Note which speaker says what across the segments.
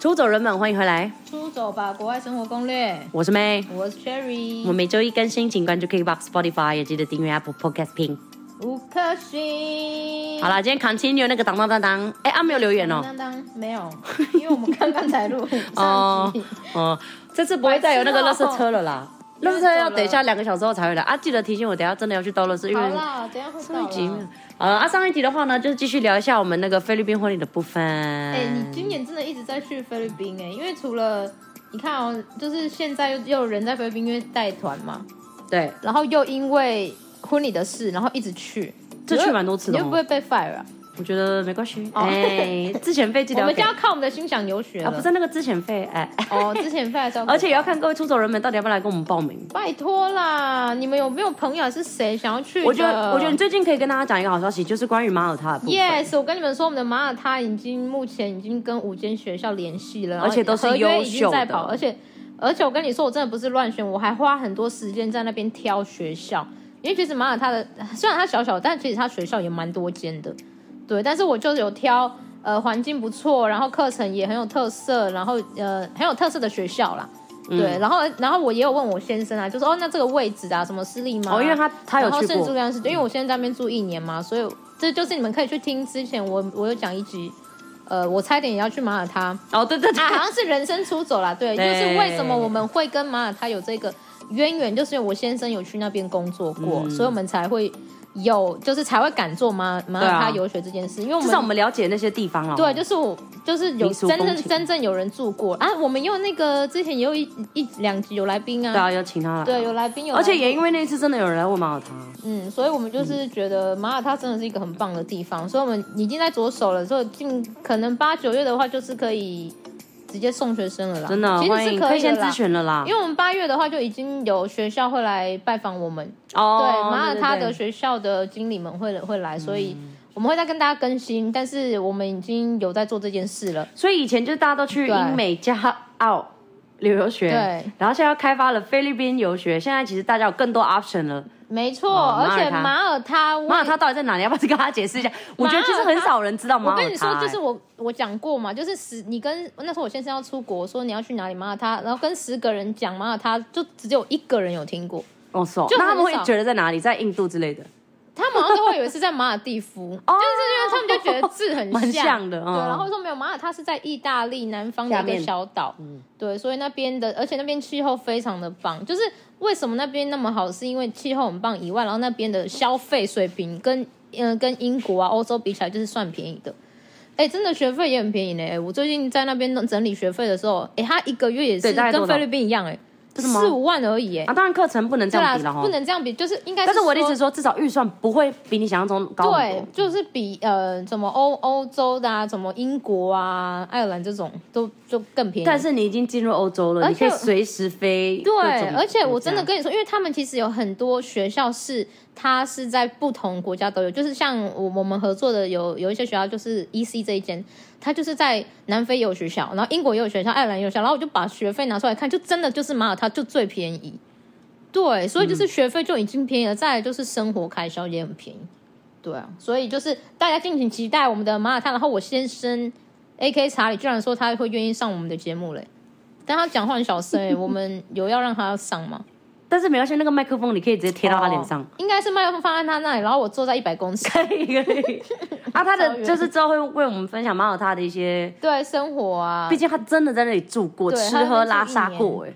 Speaker 1: 出走人们，欢迎回来，
Speaker 2: 出走吧，国外生活攻略。
Speaker 1: 我是 May。
Speaker 2: 我是 Cherry，
Speaker 1: 我们每周一更新，请关注 KBox、Spotify，也记得订阅 Apple Podcast 听。
Speaker 2: 五颗星。
Speaker 1: 好啦，今天 continue 那个当当当当，哎、啊没有留言哦、
Speaker 2: 当当没有，因为我们刚刚才 录上
Speaker 1: 哦
Speaker 2: 集，
Speaker 1: 哦，这次不会再有那个垃圾车了啦，
Speaker 2: 哦
Speaker 1: 垃圾车要等一下两个小时后才会来啊！记得提醒我，等一下真的要去倒垃圾，因
Speaker 2: 好
Speaker 1: 为
Speaker 2: 啦，等一下会
Speaker 1: 上一
Speaker 2: 到
Speaker 1: 集没有
Speaker 2: 啦。
Speaker 1: 呃啊，上一集的话呢，就是继续聊一下我们那个菲律宾婚礼的部分。
Speaker 2: 哎、你今年真的一直在去菲律宾哎、因为除了你看哦，就是现在又又有人在菲律宾因为带团嘛，
Speaker 1: 对
Speaker 2: 然后又因为婚礼的事，然后一直去，
Speaker 1: 这
Speaker 2: 你会
Speaker 1: 去蛮多次的哦
Speaker 2: 你会不会被 fire 啊？
Speaker 1: 我觉得没关系，
Speaker 2: 哦
Speaker 1: 哎，之前费记得要
Speaker 2: 我们
Speaker 1: 给
Speaker 2: 就要靠我们的心想游学了。
Speaker 1: 啊，不是那个之前费，哎，
Speaker 2: 哦，之前 fire 的 时候，
Speaker 1: 而且也要看各位出走人们到底要不要来跟我们报名。
Speaker 2: 拜托啦，你们有没有朋友是谁想要去的？
Speaker 1: 我觉得，我觉得你最近可以跟大家讲一个好消息，就是关于马耳他的部分。
Speaker 2: Yes，我跟你们说，我们的马耳他已经目前已经跟五间学校联系了，
Speaker 1: 而且都是
Speaker 2: 合约
Speaker 1: 优
Speaker 2: 已
Speaker 1: 秀的
Speaker 2: 经在跑，而且而且我跟你说，我真的不是乱选，我还花很多时间在那边挑学校，因为其实马耳他的虽然它小小，但其实它学校也蛮多间的，对，但是我就有挑呃环境不错，然后课程也很有特色，然后呃很有特色的学校啦。
Speaker 1: 嗯
Speaker 2: 对，然后然后我也有问我先生啊，就说哦，那这个位置啊，什么私立吗？
Speaker 1: 哦，因为他他有
Speaker 2: 然后
Speaker 1: 去
Speaker 2: 甚至
Speaker 1: 过，嗯
Speaker 2: 量是，因为我现在在那边住一年嘛，所以这就是你们可以去听之前我我有讲一集，呃，我差点也要去马耳 他啊，
Speaker 1: 哦，对对对，
Speaker 2: 好像是人生出走啦，对，就
Speaker 1: 对
Speaker 2: 是为什么我们会跟马耳他有这个渊源，就是因为我先生有去那边工作过，
Speaker 1: 嗯
Speaker 2: 所以我们才会有，就是才会敢做马马耳他
Speaker 1: 对啊
Speaker 2: 游学这件事，因为我
Speaker 1: 至
Speaker 2: 们
Speaker 1: 少我们了解那些地方了。
Speaker 2: 对，就是我，就是有
Speaker 1: 民俗
Speaker 2: 真
Speaker 1: 风
Speaker 2: 正
Speaker 1: 情
Speaker 2: 真正有人住过啊。我们也有那个之前也有一一两集有来宾
Speaker 1: 对啊
Speaker 2: 啊，
Speaker 1: 啊，要请他来。
Speaker 2: 对，有来宾有来
Speaker 1: 而
Speaker 2: 宾，
Speaker 1: 且也因为那次真的有人来问马耳他，
Speaker 2: 嗯，所以我们就是觉得马耳他真的是一个很棒的地方，所以我们已经在着手了，所以近可能八九月的话就是可以直接送学生了啦，
Speaker 1: 真的
Speaker 2: 其
Speaker 1: 欢
Speaker 2: 实
Speaker 1: 迎
Speaker 2: 是
Speaker 1: 可
Speaker 2: 可
Speaker 1: 以
Speaker 2: 以
Speaker 1: 先
Speaker 2: 的
Speaker 1: 咨
Speaker 2: 啦。
Speaker 1: 询了啦
Speaker 2: 因。为我们八月的话就已经有学校会来拜访我们，
Speaker 1: 哦，
Speaker 2: 对马耳他的
Speaker 1: 对嗯对
Speaker 2: 学校的经理们会会来，所以我们会再跟大家更新，但是我们已经有在做这件事了。
Speaker 1: 对所以以前就是大家都去
Speaker 2: 对
Speaker 1: 英美加澳留学，
Speaker 2: 对，
Speaker 1: 然后现在要开发了菲律宾游学，现在其实大家有更多 option 了。
Speaker 2: 没错，
Speaker 1: 哦马
Speaker 2: 而
Speaker 1: 耳
Speaker 2: 且
Speaker 1: 他
Speaker 2: 马耳他，
Speaker 1: 马耳他到底在哪里？要不要再跟大家解释一下？我觉得其实很少人知道马
Speaker 2: 我
Speaker 1: 耳他。
Speaker 2: 跟你说，就是
Speaker 1: 哎
Speaker 2: 我我讲过嘛，就是十，你跟那时候我先生要出国，说你要去哪里马耳他，然后跟十个人讲马耳他，就只有一个人有听过，
Speaker 1: 哦，是哦
Speaker 2: 就
Speaker 1: 那
Speaker 2: 很
Speaker 1: 他们会
Speaker 2: 少
Speaker 1: 觉得在哪里？在印度之类的。
Speaker 2: 他们好像都会以为是在马尔蒂夫，
Speaker 1: 哦
Speaker 2: 就是因为他们就觉得字很
Speaker 1: 蛮
Speaker 2: 像
Speaker 1: 像的
Speaker 2: 对，
Speaker 1: 嗯
Speaker 2: 然后说没有马耳他是在意大利南方的
Speaker 1: 下
Speaker 2: 一
Speaker 1: 面嗯
Speaker 2: 个小岛，对，所以那边的，而且那边气候非常的棒，就是为什么那边那么好，是因为气候很棒以外，然后那边的消费水平跟嗯、跟英国啊欧洲比起来就是算便宜的。哎、真的学费也很便宜呢、哎我最近在那边弄整理学费的时候，哎、他一个月也
Speaker 1: 对
Speaker 2: 是
Speaker 1: 大概多
Speaker 2: 跟
Speaker 1: 少
Speaker 2: 菲律宾一样、哎，
Speaker 1: 真的吗
Speaker 2: 四五万而已、哎、
Speaker 1: 啊，当然课程不能这
Speaker 2: 对
Speaker 1: 样
Speaker 2: 啦
Speaker 1: 比了，哈
Speaker 2: 不。能这样比，就是应该
Speaker 1: 但是我的意思
Speaker 2: 说
Speaker 1: 是说，至少预算不会比你想象中高很
Speaker 2: 对
Speaker 1: 多。，
Speaker 2: 就是比呃，怎么欧欧洲的啊，怎么英国啊、爱尔兰这种都就更便宜。
Speaker 1: 但是你已经进入欧洲了，
Speaker 2: 而
Speaker 1: 你可以
Speaker 2: 且
Speaker 1: 随时飞各种国家。
Speaker 2: 对，而且我真的跟你说，因为他们其实有很多学校是它是在不同国家都有，就是像我我们合作的有有一些学校，就是 EC 这一间，它就是在南非也有学校，然后英国也有学校，爱尔兰也有学校，然后我就把学费拿出来看，就真的就是马耳他就最便宜。对，所以就是
Speaker 1: 嗯
Speaker 2: 学费就已经便宜了，再来就是生活开销也很便宜。对啊，所以就是大家敬请期待我们的马耳他。然后我先生 A K 查理居然说他会愿意上我们的节目嘞，但他讲话很小声诶、欸我们有要让他上吗？
Speaker 1: 但是没关系，那个麦克风你可以直接 贴到他脸上
Speaker 2: 哦。应该是麦克风放在他那里，然后我坐在一百 公尺，
Speaker 1: 可以可以，啊，他的就是之后会为我们分享马耳他的一些，
Speaker 2: 对生活啊
Speaker 1: 毕，竟他真的在那里住过，
Speaker 2: 对
Speaker 1: 吃
Speaker 2: 他在那
Speaker 1: 喝
Speaker 2: 边
Speaker 1: 拉
Speaker 2: 住一
Speaker 1: 撒
Speaker 2: 年
Speaker 1: 过哎。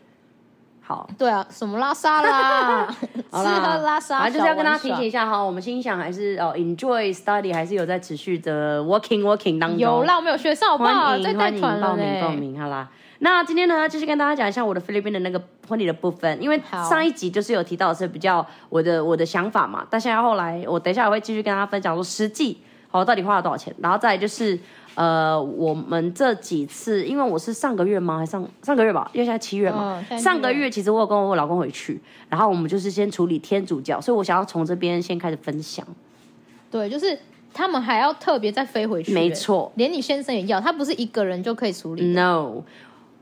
Speaker 1: 好，
Speaker 2: 对啊，什么拉撒啦，吃 喝
Speaker 1: 好啦
Speaker 2: 拉撒，
Speaker 1: 反正就是要跟大家
Speaker 2: 小
Speaker 1: 提
Speaker 2: 玩耍
Speaker 1: 醒一下哈，我们心想还是哦，enjoy study 还是有在持续的 working working 当中。
Speaker 2: 有啦，我们有学校吧，
Speaker 1: 欢
Speaker 2: 在
Speaker 1: 迎
Speaker 2: 带
Speaker 1: 欢迎
Speaker 2: 团
Speaker 1: 报
Speaker 2: 了
Speaker 1: 名报
Speaker 2: 嘞，
Speaker 1: 名，好啦。那今天呢，就是跟大家讲一下我的菲律宾的那个婚礼的部分，因为
Speaker 2: 好
Speaker 1: 上一集就是有提到的是比较我的我的想法嘛，但现在后来我等一下也会继续跟大家分享说实际好到底花了多少钱，然后再来就是呃我们这几次，因为我是上个月吗？还上上个月吧，因为现在七月嘛，
Speaker 2: 嗯现在七
Speaker 1: 上个
Speaker 2: 月
Speaker 1: 月其实我有跟我老公回去，然后我们就是先处理天主教，所以我想要从这边先开始分享，
Speaker 2: 对，就是他们还要特别再飞回去，
Speaker 1: 没错，
Speaker 2: 连你先生也要，他不是一个人就可以处理的。
Speaker 1: No，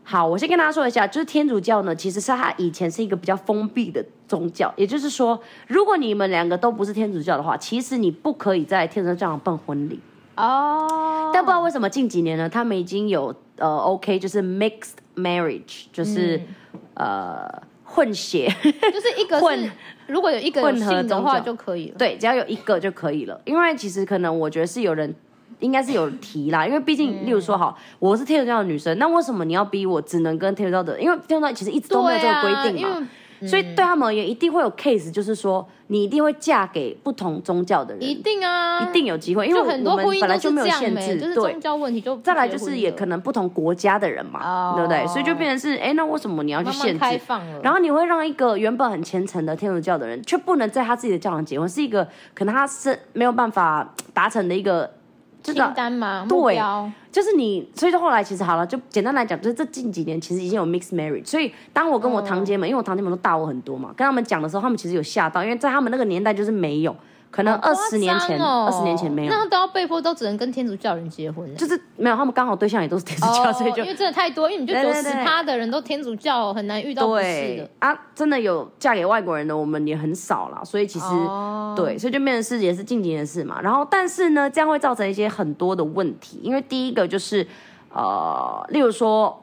Speaker 1: 好，我先跟大家说一下，就是天主教呢，其实是它以前是一个比较封闭的宗教，也就是说，如果你们两个都不是天主教的话，其实你不可以在天主教堂办婚礼。
Speaker 2: 哦，
Speaker 1: 但不知道为什么近几年呢，他们已经有呃 OK，就是 mixed marriage，就是、呃混血，
Speaker 2: 就是一个
Speaker 1: 混
Speaker 2: 是如果有一个有
Speaker 1: 混合
Speaker 2: 性的话
Speaker 1: 宗教
Speaker 2: 就可以了。
Speaker 1: 对，只要有一个就可以了。因为其实可能我觉得是有人。应该是有提啦，因为毕
Speaker 2: 嗯
Speaker 1: 竟，例如说，好，我是天主教的女生，那为什么你要逼我只能跟天主教的？因为天主教其实一直都没有这个规定嘛。
Speaker 2: 对啊因为
Speaker 1: 所以对他们而言，一定会有 case，就是说你一定会嫁给不同宗教的人，
Speaker 2: 一
Speaker 1: 一
Speaker 2: 定啊，
Speaker 1: 定有机会，因为
Speaker 2: 就
Speaker 1: 我
Speaker 2: 很多
Speaker 1: 们
Speaker 2: 婚姻
Speaker 1: 本来
Speaker 2: 都是
Speaker 1: 没有
Speaker 2: 这样
Speaker 1: 限
Speaker 2: 欸
Speaker 1: 制，
Speaker 2: 就是
Speaker 1: 对
Speaker 2: 宗。教问题就不
Speaker 1: 再来
Speaker 2: 结
Speaker 1: 就
Speaker 2: 婚
Speaker 1: 是也
Speaker 2: 了
Speaker 1: 可能不同国家的人嘛，
Speaker 2: 哦
Speaker 1: 对不对？所以就变成是，哎，那为什么你要去
Speaker 2: 慢
Speaker 1: 限
Speaker 2: 慢
Speaker 1: 制？
Speaker 2: 开放了，
Speaker 1: 然
Speaker 2: 后
Speaker 1: 后你会让一个原本很虔诚的天主教的人，却不能在他自己的教堂结婚，是一个可能他是没有办法达成的一个，这个
Speaker 2: 清单嘛，
Speaker 1: 对
Speaker 2: 目标
Speaker 1: 就是你，所以就后来其实好了，就简单来讲，就是这近几年其实已经有 mixed marriage，所以当我跟我堂姐们，因为我堂姐们都大我很多嘛，跟他们讲的时候，他们其实有吓到，因为在他们那个年代就是没有，可能二十年前，
Speaker 2: 夸张
Speaker 1: 二
Speaker 2: 哦
Speaker 1: 十、年前没有，
Speaker 2: 那都要被迫都只能跟天主教人结婚呢。欸
Speaker 1: 就是没有，他们刚好对象也都是天主教，
Speaker 2: 哦
Speaker 1: 所以就
Speaker 2: 因为真的太多，因为你就
Speaker 1: 对
Speaker 2: 九
Speaker 1: 对
Speaker 2: 十
Speaker 1: 对
Speaker 2: 趴的人都天主教，很难遇到不是
Speaker 1: 对
Speaker 2: 的。
Speaker 1: 啊，真的有嫁给外国人的，我们也很少啦，所以其实、
Speaker 2: 哦
Speaker 1: 对，所以就变成是也是近几年的事嘛。然后，但是呢，这样会造成一些很多的问题，因为第一个就是呃，例如说。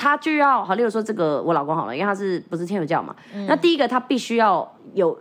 Speaker 1: 他就要好，例如说这个我老公好了，因为他是不是天主教嘛？
Speaker 2: 嗯
Speaker 1: 那第一个他必须要有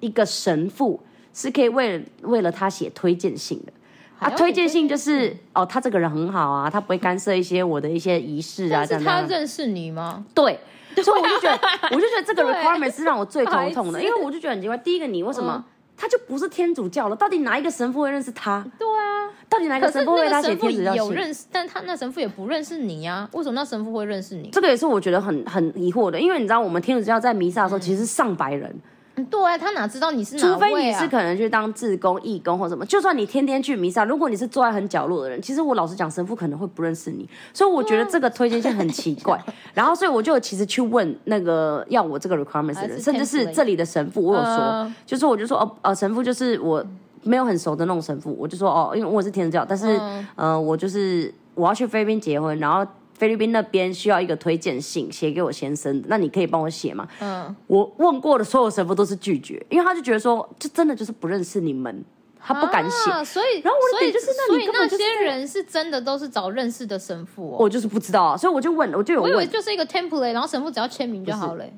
Speaker 1: 一个神父是可以为为了他写推荐信的啊，
Speaker 2: 还要
Speaker 1: 推
Speaker 2: 写
Speaker 1: 荐
Speaker 2: 推
Speaker 1: 信就是
Speaker 2: 嗯
Speaker 1: 哦，他这个人很好啊，他不会干涉一些我的一些仪式啊，
Speaker 2: 但
Speaker 1: 这样
Speaker 2: 是他
Speaker 1: 这样
Speaker 2: 认识你吗？
Speaker 1: 对，所以我就觉 得，我就觉得这个
Speaker 2: 对
Speaker 1: requirement 是让我最头痛的，
Speaker 2: 白痴
Speaker 1: 因为我就觉得很奇怪。第一个，你为什么、
Speaker 2: 嗯
Speaker 1: 他就不是天主教了？到底哪一个神父会认识他？
Speaker 2: 对啊，
Speaker 1: 到底哪一
Speaker 2: 可
Speaker 1: 个
Speaker 2: 是
Speaker 1: 神父会为
Speaker 2: 那
Speaker 1: 他
Speaker 2: 个
Speaker 1: 写
Speaker 2: 神父
Speaker 1: 天主教
Speaker 2: 有
Speaker 1: 信？
Speaker 2: 认识，但他那神父也不认识你啊，为什么那神父会认识你？
Speaker 1: 这个也是我觉得很很疑惑的，因为你知道我们天主教在弥撒的时候其实是上百人，
Speaker 2: 嗯对啊，他哪知道你是哪
Speaker 1: 除非
Speaker 2: 位
Speaker 1: 你
Speaker 2: 啊？
Speaker 1: 是可能去当志工、义工或什么，就算你天天去弥撒，如果你是坐在很角落的人，其实我老实讲，神父可能会不认识你，所以我觉得这个推荐信很奇 怪。然后，所以我就其实去问那个要我这个 requirements 的
Speaker 2: 还
Speaker 1: 人，
Speaker 2: 是
Speaker 1: 甚至是
Speaker 2: template
Speaker 1: 这里的神父，我有说
Speaker 2: 嗯，
Speaker 1: 就是我就说哦呃，神父就是我没有很熟的那种神父，我就说哦，因为我是天主教，但是
Speaker 2: 嗯
Speaker 1: 呃，我就是我要去菲律宾结婚，然后。菲律宾那边需要一个推荐信，写给我先生的，那你可以帮我写吗？
Speaker 2: 嗯，
Speaker 1: 我问过的所有神父都是拒绝，因为他就觉得说，这真的就是不认识你们，他不敢写。
Speaker 2: 啊所以
Speaker 1: 然后我的
Speaker 2: 所
Speaker 1: 点
Speaker 2: 以
Speaker 1: 就是那
Speaker 2: 所
Speaker 1: 你
Speaker 2: 以
Speaker 1: 根本
Speaker 2: 那
Speaker 1: 就是
Speaker 2: 些
Speaker 1: 在
Speaker 2: 人是真的都是找认识的神父哦。
Speaker 1: 我就是不知道啊，所以我就问，我就有
Speaker 2: 我以为
Speaker 1: 问，
Speaker 2: 就是一个 template，然后神父只要签名就好了欸。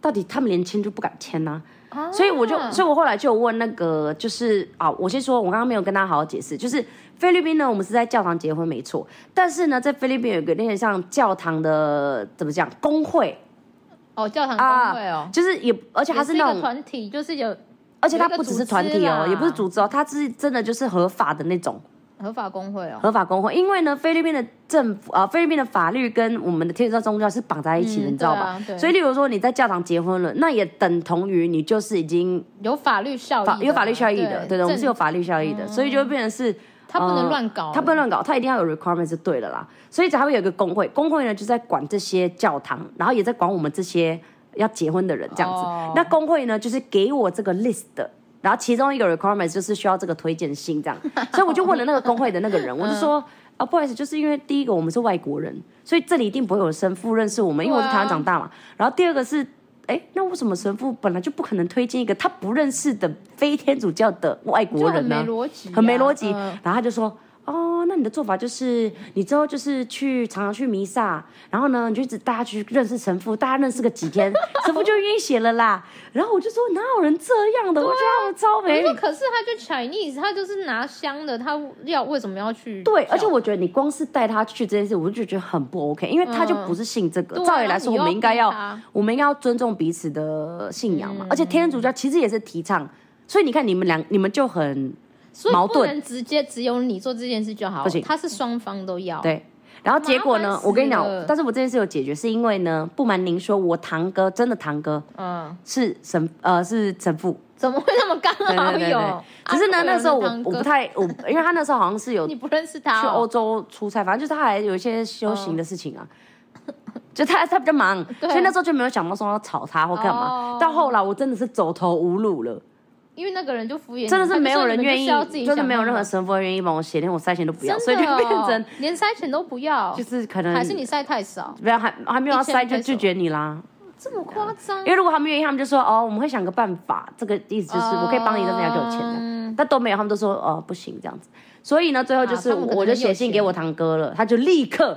Speaker 1: 到底他们连签就不敢签呐、
Speaker 2: 啊
Speaker 1: 所以我就，所以我后来就有问那个，就是啊，我先说，我刚刚没有跟大家好好解释，就是菲律宾呢，我们是在教堂结婚没错，但是呢，在菲律宾有一个有点像教堂的怎么讲工会
Speaker 2: 哦，教堂
Speaker 1: 啊
Speaker 2: 工会哦，
Speaker 1: 就是也，而且它
Speaker 2: 也
Speaker 1: 是
Speaker 2: 一
Speaker 1: 那
Speaker 2: 个
Speaker 1: 种
Speaker 2: 团体，就是有
Speaker 1: 而且它
Speaker 2: 有一个
Speaker 1: 不只是
Speaker 2: 组织
Speaker 1: 团体哦，
Speaker 2: 啦
Speaker 1: 也不是组织哦，它是真的就是合法的那种。
Speaker 2: 合法工会哦。
Speaker 1: 合法工会，因为呢，菲律宾的政府啊、呃菲律宾的法律跟我们的天主教宗教是绑在一起的，
Speaker 2: 嗯
Speaker 1: 你知道吧？
Speaker 2: 对啊对
Speaker 1: 所以，例如说你在教堂结婚了，那也等同于你就是已经
Speaker 2: 有法律效益的
Speaker 1: 法
Speaker 2: 嘛，
Speaker 1: 有法律效益的，对
Speaker 2: 对
Speaker 1: 的，
Speaker 2: 正
Speaker 1: 我们是有法律效益的，所以就会变成是。
Speaker 2: 他不能
Speaker 1: 呃
Speaker 2: 乱搞，
Speaker 1: 他不能乱搞，他一定要有 requirement 就对了啦。所以才会有一个工会，工会呢就在管这些教堂，然后也在管我们这些要结婚的人这样子。
Speaker 2: 哦
Speaker 1: 那工会呢，就是给我这个 list 的。然后其中一个 requirement 就是需要这个推荐信这样，所以我就问了那个工会的那个 人，我就
Speaker 2: 嗯
Speaker 1: 说啊，不好意思，就是因为第一个我们是外国人，所以这里一定不会有神父认识我们，因为我是
Speaker 2: 对啊
Speaker 1: 台湾长大嘛。然后第二个是，哎，那为什么神父本来就不可能推荐一个他不认识的非天主教的外
Speaker 2: 就
Speaker 1: 国
Speaker 2: 很
Speaker 1: 人
Speaker 2: 没
Speaker 1: 呢？
Speaker 2: 逻辑啊，
Speaker 1: 很没逻辑。
Speaker 2: 嗯
Speaker 1: 然后他就说：“哦，那你的做法就是，你之后就是去常常去弥撒，然后呢，你就一直大家去认识神父，大家认识个几天，神父就愿意写了啦。”然后我就说：“哪有人这样的？我觉得他们超没
Speaker 2: 我说
Speaker 1: 礼。
Speaker 2: 可是他就 Chinese，他就是拿香的，他要为什么要去教？
Speaker 1: 对，而且我觉得你光是带他去这件事，我就觉得很不 OK，因为他就不是信这个。
Speaker 2: 对啊
Speaker 1: 照理来说，
Speaker 2: 你
Speaker 1: 我
Speaker 2: 又
Speaker 1: 们应该要
Speaker 2: 逼他，
Speaker 1: 我们应该要尊重彼此的信仰嘛。而且天
Speaker 2: 嗯
Speaker 1: 主教其实也是提倡，所以你看你们两，你们就很
Speaker 2: 所以
Speaker 1: 矛
Speaker 2: 不
Speaker 1: 盾
Speaker 2: 能直接只有你做这件事就好
Speaker 1: 不行，
Speaker 2: 他是双方都要。
Speaker 1: 对，然后结果
Speaker 2: 麻
Speaker 1: 呢
Speaker 2: 烦？死
Speaker 1: 我跟你讲
Speaker 2: 了，
Speaker 1: 但是我这件事有解决，是因为呢，不瞒您说，我堂哥真的堂哥
Speaker 2: 嗯，
Speaker 1: 是神呃是神父，
Speaker 2: 怎么会那么刚
Speaker 1: 对对
Speaker 2: 好
Speaker 1: 对
Speaker 2: 哦有
Speaker 1: 对。？只是呢，
Speaker 2: 啊
Speaker 1: 那时候
Speaker 2: 有
Speaker 1: 我
Speaker 2: 堂哥
Speaker 1: 我不太我，因为他那时候好像是有
Speaker 2: 你不认识他
Speaker 1: 去欧
Speaker 2: 哦，
Speaker 1: 洲出差，反正就是他还有一些修行的事情啊。就他他比较忙，
Speaker 2: 哦对
Speaker 1: 所以那时候就没有想到说要吵他或干嘛。
Speaker 2: 哦
Speaker 1: 到后来我真的是走投无路了，
Speaker 2: 因为那个人就敷衍你，
Speaker 1: 真的是
Speaker 2: 他就
Speaker 1: 没有
Speaker 2: 说
Speaker 1: 人
Speaker 2: 你们
Speaker 1: 愿意
Speaker 2: 需要自己，
Speaker 1: 就是
Speaker 2: 想
Speaker 1: 没有
Speaker 2: 办
Speaker 1: 任何
Speaker 2: 法
Speaker 1: 神父会愿意帮我写，连我塞钱都不要，所以
Speaker 2: 真
Speaker 1: 就
Speaker 2: 的哦
Speaker 1: 变成
Speaker 2: 连筛选都不要
Speaker 1: 就，是可能
Speaker 2: 还是你筛太少，
Speaker 1: 不要还还没有要塞
Speaker 2: 1000
Speaker 1: 就
Speaker 2: peso
Speaker 1: 拒绝你啦。
Speaker 2: 这么夸张
Speaker 1: 因？为如果他们愿意，他们就说哦，我们会想个办法。这个意思就是我可以帮你，但是你要给我钱的。
Speaker 2: 嗯
Speaker 1: 但都没有，他们都说哦哦不行这样子。所以呢，最后就是
Speaker 2: 啊他们可能
Speaker 1: 我就写
Speaker 2: 很有
Speaker 1: 信
Speaker 2: 钱
Speaker 1: 给我堂哥了，他就立刻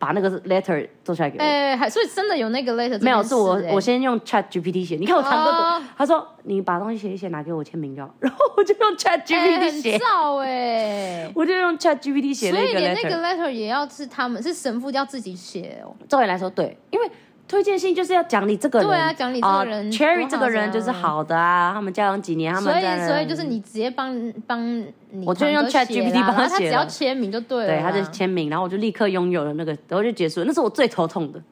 Speaker 1: 把那个 letter 做下来给我。
Speaker 2: 哎、还所以真的有那个 letter 这件事、
Speaker 1: 没有，是我
Speaker 2: 哎
Speaker 1: 我先用 Chat GPT 写。你看我藏多多，
Speaker 2: 哦
Speaker 1: 他说你把东西写一写，拿给我签名就好。然后我就用 Chat
Speaker 2: 哎
Speaker 1: GPT 写，
Speaker 2: 很燥哎、
Speaker 1: 我就用 Chat GPT 写
Speaker 2: 所
Speaker 1: 了一
Speaker 2: 以
Speaker 1: 个
Speaker 2: 连
Speaker 1: letter。
Speaker 2: 那个 letter 也要是他们是神父要自己写哦，
Speaker 1: 照理来说，对，因为推荐信就是要讲你这个人，
Speaker 2: 对啊讲你这个人
Speaker 1: 啊
Speaker 2: 多好
Speaker 1: ，Cherry 这个人就是好的啊，他们交往几年，他们
Speaker 2: 所以
Speaker 1: 在
Speaker 2: 所以就是你直接帮帮你，
Speaker 1: 我就用 ChatGPT 帮他
Speaker 2: 他
Speaker 1: 写
Speaker 2: 只
Speaker 1: 了
Speaker 2: 要签名就对了啦，
Speaker 1: 对，他就签名，然后我就立刻拥有了那个，然后就结束了，那是我最头痛的。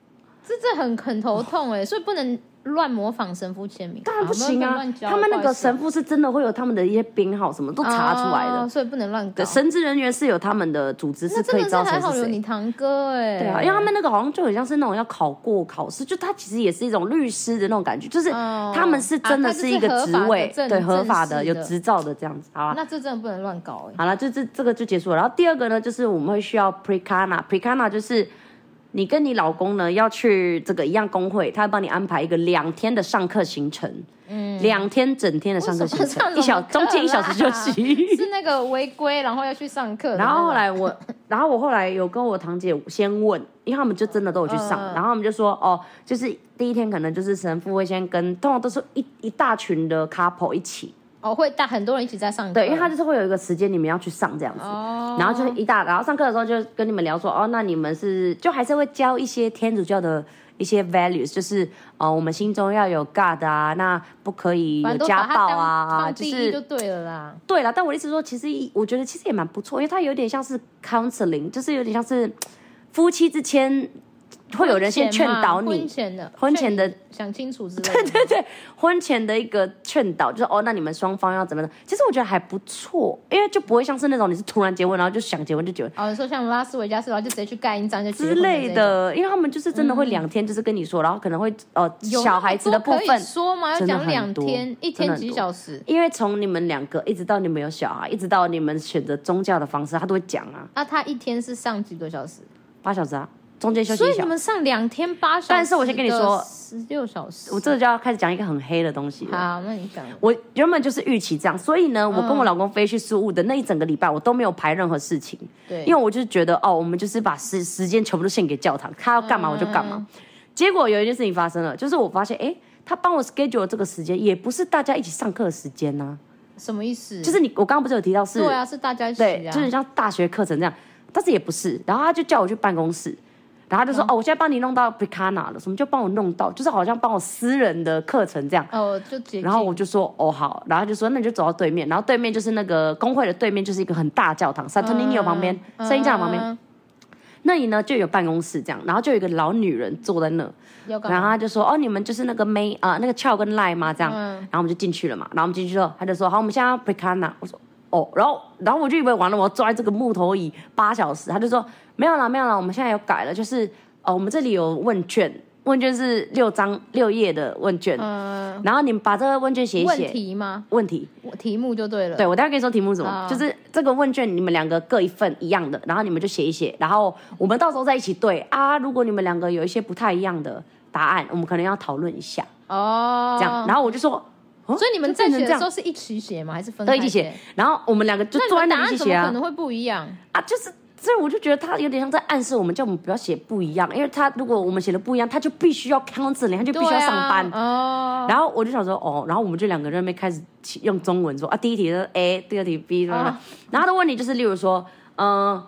Speaker 2: 这这很很头痛哎，所以不能乱模仿神父签名，
Speaker 1: 当然不行啊
Speaker 2: 好没有乱，教
Speaker 1: 他们那
Speaker 2: 不好
Speaker 1: 个
Speaker 2: 意思啊
Speaker 1: 神父是真的会有他们的一些编号什么都查出来
Speaker 2: 哦
Speaker 1: 的，
Speaker 2: 所以不能乱搞
Speaker 1: 对，。神职人员是有他们的组织
Speaker 2: 那
Speaker 1: 是可
Speaker 2: 真
Speaker 1: 以
Speaker 2: 的
Speaker 1: 知
Speaker 2: 是
Speaker 1: 道谁
Speaker 2: 还
Speaker 1: 是
Speaker 2: 好有你
Speaker 1: 谁。
Speaker 2: 堂哥哎，
Speaker 1: 对啊，因为他们那个好像就很像是那种要考过考试，就他其实也是一种律师的那种感觉，就是
Speaker 2: 哦
Speaker 1: 他们是真的
Speaker 2: 啊他就是
Speaker 1: 一个职位，
Speaker 2: 合法的正
Speaker 1: 对，合法的有
Speaker 2: 正式的
Speaker 1: 执照的这样子，好吧？
Speaker 2: 那这真的不能乱搞哎。
Speaker 1: 好了，就这这个就结束了。然后第二个呢，就是我们会需要 precana，precana 就是你跟你老公呢要去这个一样工会，他会帮你安排一个两天的上课行程，嗯，两天整天的上课行
Speaker 2: 为什么上
Speaker 1: 程，一小
Speaker 2: 什么啊课
Speaker 1: 中间一小时休息。
Speaker 2: 是那个违规，然后要去上课的那 种。
Speaker 1: 然后后来我，然后我后来有跟我堂姐先问，因为他们就真的都有去上，
Speaker 2: 嗯嗯
Speaker 1: 然后他们就说，哦，就是第一天可能就是神父会先跟，通常都是一一大群的 couple 一起，
Speaker 2: 哦，会带很多人一起在上课，
Speaker 1: 对，因为他就是会有一个时间你们要去上这样子，
Speaker 2: 哦，
Speaker 1: 然后就是一大，然后上课的时候就跟你们聊说，哦，那你们是就还是会教一些天主教的一些 values，就是呃，我们心中要有 God 啊，那不可以
Speaker 2: 反
Speaker 1: 有
Speaker 2: 正都
Speaker 1: 家
Speaker 2: 把它
Speaker 1: 暴
Speaker 2: 当
Speaker 1: 啊，
Speaker 2: 放
Speaker 1: 就
Speaker 2: 第一就是对了啦。
Speaker 1: 对啦。但我的意思是说，其实我觉得其实也蛮不错，因为它有点像是 counseling，就是有点像是夫妻之间会有人先劝导
Speaker 2: 婚
Speaker 1: 你。
Speaker 2: 前嘛
Speaker 1: 婚
Speaker 2: 婚
Speaker 1: 前
Speaker 2: 前
Speaker 1: 的
Speaker 2: 的劝你想清楚之 类的，对对对，
Speaker 1: 婚前的一个劝导，就是哦，那你们双方要怎么样？其实我觉得还不错，因为就不会像是那种你是突然结婚，然后就想结婚就结婚，
Speaker 2: 哦，你说像拉斯维加斯，然后就直接去盖印章就结
Speaker 1: 之
Speaker 2: 婚
Speaker 1: 类
Speaker 2: 这种，嗯
Speaker 1: 的，因为他们就是真的会两天，就是跟你说，然后可能会呃
Speaker 2: 有
Speaker 1: 小孩子的部
Speaker 2: 那么多可
Speaker 1: 分
Speaker 2: 以，说吗？要
Speaker 1: 真的
Speaker 2: 讲
Speaker 1: 很
Speaker 2: 两
Speaker 1: 多
Speaker 2: 天，一
Speaker 1: 真的
Speaker 2: 天
Speaker 1: 很
Speaker 2: 几
Speaker 1: 多
Speaker 2: 小时
Speaker 1: 因为从你们两个一直到你们有小孩，一直到你们选择宗教的方式，他都会讲啊，
Speaker 2: 啊？他一天是上几个小时？
Speaker 1: 八小时啊，中间休息
Speaker 2: 所
Speaker 1: 一
Speaker 2: 以你
Speaker 1: 小时。
Speaker 2: 们上两天八小时，
Speaker 1: 但是我先跟你说
Speaker 2: 十六小时，
Speaker 1: 我这个就要开始讲一个很黑的东西了。
Speaker 2: 好，那嗯你讲，
Speaker 1: 我原本就是预期这样，所以呢，我跟我老公飞去苏务的那一整个礼拜，我都没有排任何事情，
Speaker 2: 对，
Speaker 1: 因为我就是觉得哦，我们就是把时时间全部都献给教堂，他要干嘛我就干
Speaker 2: 嗯
Speaker 1: 嘛。结果有一件事情发生了，就是我发现，哎，他帮我 schedule 这个时间，也不是大家一起上课的时间呐、
Speaker 2: 什么意思？
Speaker 1: 就是你，我刚刚不是有提到是，
Speaker 2: 对啊，是大家一起
Speaker 1: 对
Speaker 2: 啊，
Speaker 1: 就是像大学课程这样，但是也不是。然后他就叫我去办公室，然后他就
Speaker 2: 嗯
Speaker 1: 说：“哦，我现在帮你弄到 Picana 了，什么就帮我弄到，就是好像帮我私人的课程这样。”
Speaker 2: 哦，就结
Speaker 1: 然后
Speaker 2: 晶
Speaker 1: 我就说哦好，然后他就说那你就走到对面，然后对面就是那个工会的对面就是一个很大教堂，圣托尼奥旁边，
Speaker 2: 嗯
Speaker 1: 圣婴教堂旁边，那里呢就有办公室这样，然后就有一个老女人坐在那，
Speaker 2: 要干
Speaker 1: 然后
Speaker 2: 嘛？
Speaker 1: 他就说：“哦，你们就是那个 May 啊、呃，那个 Chow 跟 Line 吗？这样。
Speaker 2: 嗯
Speaker 1: 然后我们就进去了嘛。然后我们进去之后，他就说：“好，我们现在要 Precana。”我说：“哦。”然后，然后我就以为完了，我要坐在这个木头椅八小时。他就说：“没有啦，没有啦，我们现在有改了，就是呃，我们这里有问卷，问卷是六张六页的问卷，
Speaker 2: 嗯，
Speaker 1: 然后你们把这个问卷写一
Speaker 2: 问
Speaker 1: 写。
Speaker 2: 题吗？
Speaker 1: 问题，
Speaker 2: 我题目就对了，
Speaker 1: 对我待会跟你说题目是什么，
Speaker 2: 啊
Speaker 1: 就是这个问卷你们两个各一份一样的，然后你们就写一写，然后我们到时候再一起对啊。如果你们两个有一些不太一样的答案，我们可能要讨论一下。
Speaker 2: 哦，
Speaker 1: 这样，然后我就说，哦
Speaker 2: 所以你们
Speaker 1: 就变成
Speaker 2: 在写
Speaker 1: 这
Speaker 2: 的
Speaker 1: 样
Speaker 2: 时候是一起写吗？还是分
Speaker 1: 都
Speaker 2: 开
Speaker 1: 一起写，然后我们两个就
Speaker 2: 那你
Speaker 1: 坐在
Speaker 2: 们答
Speaker 1: 那里
Speaker 2: 案
Speaker 1: 一起
Speaker 2: 怎
Speaker 1: 写
Speaker 2: 么可
Speaker 1: 啊
Speaker 2: 能会不一样？
Speaker 1: 啊，就是。所以我就觉得他有点像在暗示我们，叫我们不要写不一样，因为他如果我们写的不一样，他就必须要 counseling，他就必须
Speaker 2: 对
Speaker 1: 要
Speaker 2: 啊
Speaker 1: 上班。
Speaker 2: 哦。
Speaker 1: 然后我就想说，哦，然后我们就两个人在那边开始起用中文说啊，第一题是 A，第二题 B，什么什么
Speaker 2: 啊
Speaker 1: 然后他的问题就是，例如说，嗯、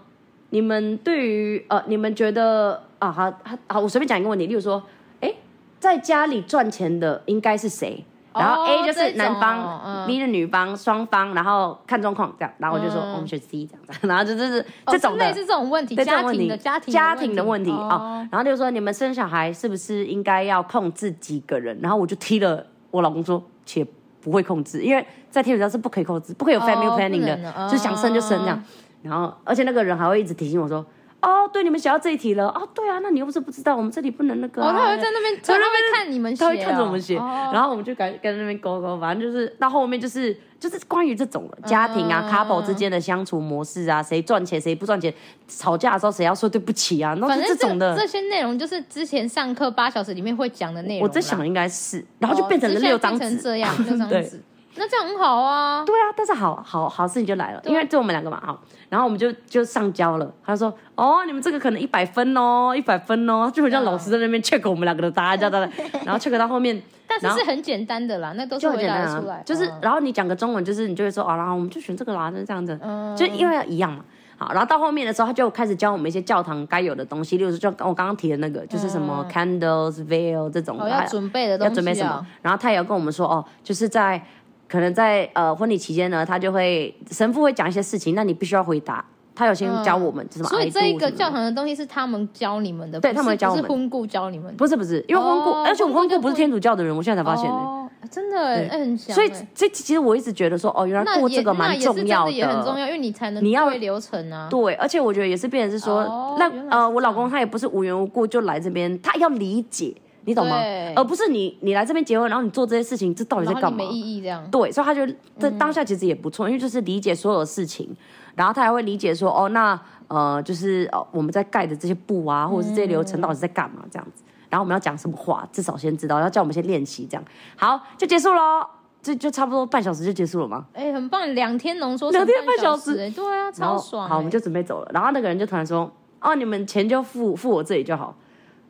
Speaker 1: 你们对于呃，你们觉得啊，好，好好，我随便讲一个问题，例如说，哎，在家里赚钱的应该是谁？然后
Speaker 2: 哦
Speaker 1: A 就
Speaker 2: 这
Speaker 1: 是
Speaker 2: 种
Speaker 1: 男方、
Speaker 2: 嗯
Speaker 1: b 是女方，双方，然后看状况这样，然后我就说、
Speaker 2: 嗯
Speaker 1: 哦我们选 C 这样子， 然后就就是、
Speaker 2: 哦
Speaker 1: 这种的
Speaker 2: 是类似这种问题，
Speaker 1: 对这
Speaker 2: 家
Speaker 1: 种问
Speaker 2: 庭的
Speaker 1: 题，
Speaker 2: 家庭
Speaker 1: 家庭的问题啊、
Speaker 2: 哦
Speaker 1: 然后就说你们生小孩是不是应该要控制几个人？然后我就踢了我老公说，且不会控制，因为在天主教是不可以控制，不可以有
Speaker 2: 哦
Speaker 1: family planning
Speaker 2: 不
Speaker 1: 的
Speaker 2: 能，的
Speaker 1: 就想生就生这样
Speaker 2: 哦。
Speaker 1: 然后而且那个人还会一直提醒我说，哦，对，你们写到这一题了，哦，对啊，那你又不是不知道，我们这里不能那个、啊。
Speaker 2: 哦，他会在那边，
Speaker 1: 在
Speaker 2: 他
Speaker 1: 那边
Speaker 2: 会看你们写哦，
Speaker 1: 他会看着我们写，
Speaker 2: 哦
Speaker 1: 然后我们就跟跟那边勾勾，反正就是到后面就是就是关于这种的家庭啊、
Speaker 2: 嗯
Speaker 1: couple 之间的相处模式啊，谁赚钱谁不赚钱，吵架的时候谁要说对不起啊，然后
Speaker 2: 反
Speaker 1: 就
Speaker 2: 正
Speaker 1: 这种的。
Speaker 2: 这些内容就是之前上课八小时里面会讲的内容
Speaker 1: 我
Speaker 2: 啦。
Speaker 1: 在想应该是，然
Speaker 2: 哦，
Speaker 1: 后就变成了
Speaker 2: 只是现在
Speaker 1: 六张
Speaker 2: 变成
Speaker 1: 纸，
Speaker 2: 这样，六张
Speaker 1: 对
Speaker 2: 纸。那这样很好啊。
Speaker 1: 对啊，但是好好好事情就来了，因为就我们两个嘛，好，然后我们就就上交了。他说：“哦，你们这个可能一百分哦，一百分哦。”就很
Speaker 2: 嗯
Speaker 1: 像老师在那边 check 我们两个的答案，这样这样这样然后 check 到后面
Speaker 2: 但是
Speaker 1: 然后
Speaker 2: 是很简单的啦，那都是
Speaker 1: 就很
Speaker 2: 回
Speaker 1: 简单
Speaker 2: 答得出来
Speaker 1: 啊
Speaker 2: 的，，
Speaker 1: 就是
Speaker 2: 嗯
Speaker 1: 然后你讲个中文，就是你就会说哦，然后我们就选这个啦，就是这样子，
Speaker 2: 嗯
Speaker 1: 就因为一样嘛。好，然后到后面的时候，他就开始教我们一些教堂该有的东西，例如说，就我刚刚提的那个，就是什么 candles、veil 这种的，
Speaker 2: 嗯哦
Speaker 1: 还
Speaker 2: 要
Speaker 1: 有
Speaker 2: 准备的东
Speaker 1: 哎要
Speaker 2: 西、啊，
Speaker 1: 准备什么？然后他也有跟我们说，哦，就是在可能在呃婚礼期间呢，他就会神父会讲一些事情，那你必须要回答。他有先教我们、就是什么
Speaker 2: 嗯所以
Speaker 1: I
Speaker 2: 这一
Speaker 1: do
Speaker 2: 个
Speaker 1: 什么
Speaker 2: 教堂的东西是他们教你们的，
Speaker 1: 对
Speaker 2: 不是
Speaker 1: 他们教我们
Speaker 2: 不是婚故教你们的。
Speaker 1: 不是不是，因为婚故，
Speaker 2: 哦
Speaker 1: 而且我们婚
Speaker 2: 婚
Speaker 1: 故
Speaker 2: 故
Speaker 1: 不是天主教的人，我现在才发现呢、
Speaker 2: 哦，真的哎、哎很强哎、
Speaker 1: 所以这其实我一直觉得说，哦，原来
Speaker 2: 那
Speaker 1: 过
Speaker 2: 也
Speaker 1: 这个蛮重要
Speaker 2: 那也是真的也很重要，因为你才能
Speaker 1: 你要
Speaker 2: 对流程啊。
Speaker 1: 对，而且我觉得也是变成是说，
Speaker 2: 哦
Speaker 1: 那
Speaker 2: 原来是
Speaker 1: 呃，
Speaker 2: 这
Speaker 1: 我老
Speaker 2: 样
Speaker 1: 公他也不是无缘无故就来这边，他要理解，你懂吗
Speaker 2: 对？
Speaker 1: 而不是你你来这边结婚，然后你做这些事情，这到底在
Speaker 2: 然后
Speaker 1: 干
Speaker 2: 你
Speaker 1: 嘛
Speaker 2: 没？意义嗯这样。
Speaker 1: 对，所以他就在当下其实也不错，因为就是理解所有事情，然后他还会理解说，哦，那呃，就是哦，我们在盖的这些布啊，或者是这些流程到底是在干嘛这样子，然后我们要讲什么话，至少先知道，要叫我们先练习这样，好，就结束喽，这就差不多半小时就结束了嘛。
Speaker 2: 哎、很棒，两天浓缩
Speaker 1: 两
Speaker 2: 成
Speaker 1: 天半小
Speaker 2: 小
Speaker 1: 时
Speaker 2: 哎、对啊，
Speaker 1: 然
Speaker 2: 超
Speaker 1: 后
Speaker 2: 爽、
Speaker 1: 好，我们
Speaker 2: 就
Speaker 1: 就准备走了。然后那个人就突然说：“哦，你们钱就付付我这里就好。”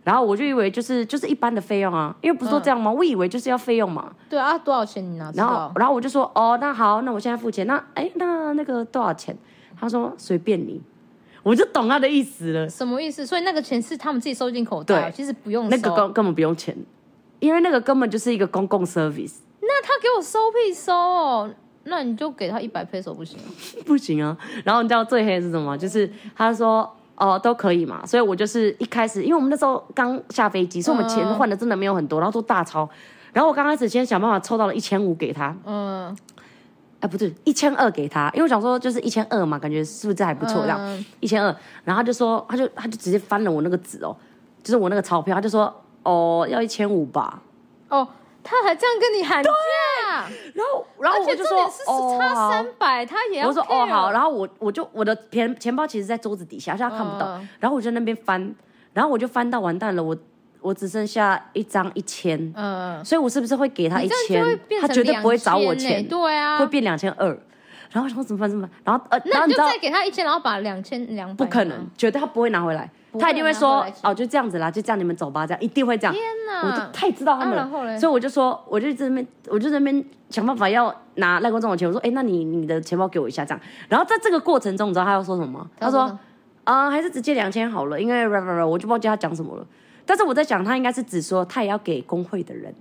Speaker 1: 然后我就以为就是就是一般的费用啊，因为不是说这样吗？
Speaker 2: 嗯
Speaker 1: 我以为就是要费用嘛。
Speaker 2: 对啊，多少钱你拿知
Speaker 1: 然后
Speaker 2: 道？
Speaker 1: 然后我就说：“哦，那好，那我现在付钱。那哎，那那个多少钱？”他说：“随便你。”我就懂他的意思了。
Speaker 2: 什么意思？所以那个钱是他们自己收进口袋，
Speaker 1: 对
Speaker 2: 其实不用收。
Speaker 1: 那个根根本不用钱，因为那个根本就是一个公共 service，
Speaker 2: 那他给我收屁收哦，那你就给他一百 peso 不行吗？
Speaker 1: 不行啊。然后你知道最黑的是什么吗？就是他说。哦，都可以嘛，所以我就是一开始，因为我们那时候刚下飞机，所以我们钱
Speaker 2: 嗯
Speaker 1: 换的真的没有很多，然后都大钞。然后我刚开始先想办法凑到了一千五给他，
Speaker 2: 嗯，
Speaker 1: 哎，不对，一千二给他，因为我想说就是一千二嘛，感觉数字还不错这样，
Speaker 2: 嗯
Speaker 1: 一千二。然后他就说，他就他就直接翻了我那个纸哦，就是我那个钞票，他就说哦要一千五吧。
Speaker 2: 哦，他还这样跟你喊价，
Speaker 1: 然后然后
Speaker 2: 而
Speaker 1: 我
Speaker 2: 且
Speaker 1: 就
Speaker 2: 重
Speaker 1: 说
Speaker 2: 点是
Speaker 1: 哦
Speaker 2: 是差
Speaker 1: 好
Speaker 2: 三百，他也要
Speaker 1: 我说哦
Speaker 2: care
Speaker 1: 好，然后我我就我的钱钱包其实在桌子底下，所以他看不到。
Speaker 2: 嗯
Speaker 1: 然后我就在那边翻，然后我就翻到完蛋了，我我只剩下一张一千，
Speaker 2: 嗯，
Speaker 1: 所以我是不是会给他一
Speaker 2: 你这
Speaker 1: 千
Speaker 2: 样就会？变
Speaker 1: 他
Speaker 2: 成
Speaker 1: 绝对不会找我
Speaker 2: 2000
Speaker 1: 钱，
Speaker 2: 欸对啊，
Speaker 1: 会变两千二。然后我想说怎么办怎么办？然后呃，然
Speaker 2: 那
Speaker 1: 后
Speaker 2: 你
Speaker 1: 你
Speaker 2: 就
Speaker 1: 知道
Speaker 2: 再给他一千，然后把两千两百，
Speaker 1: 不可能，绝对他不会拿回来，
Speaker 2: 不会
Speaker 1: 他一定会
Speaker 2: 拿
Speaker 1: 说
Speaker 2: 回来钱
Speaker 1: 哦就这样子啦，就这样你们走吧，这样一定会这样。
Speaker 2: 天哪，
Speaker 1: 我就太知道他们
Speaker 2: 啊然后
Speaker 1: 了，
Speaker 2: 嘞
Speaker 1: 所以我就说，我就在那边，我就在那边想办法要拿赖光中的钱。我说，哎、那你你的钱包给我一下，这样。然后在这个过程中，你知道他要说什么吗？他说，啊、还是直接两千好了，因为我就不知道他讲什么了。但是我在想，他应该是只说他也要给工会的人，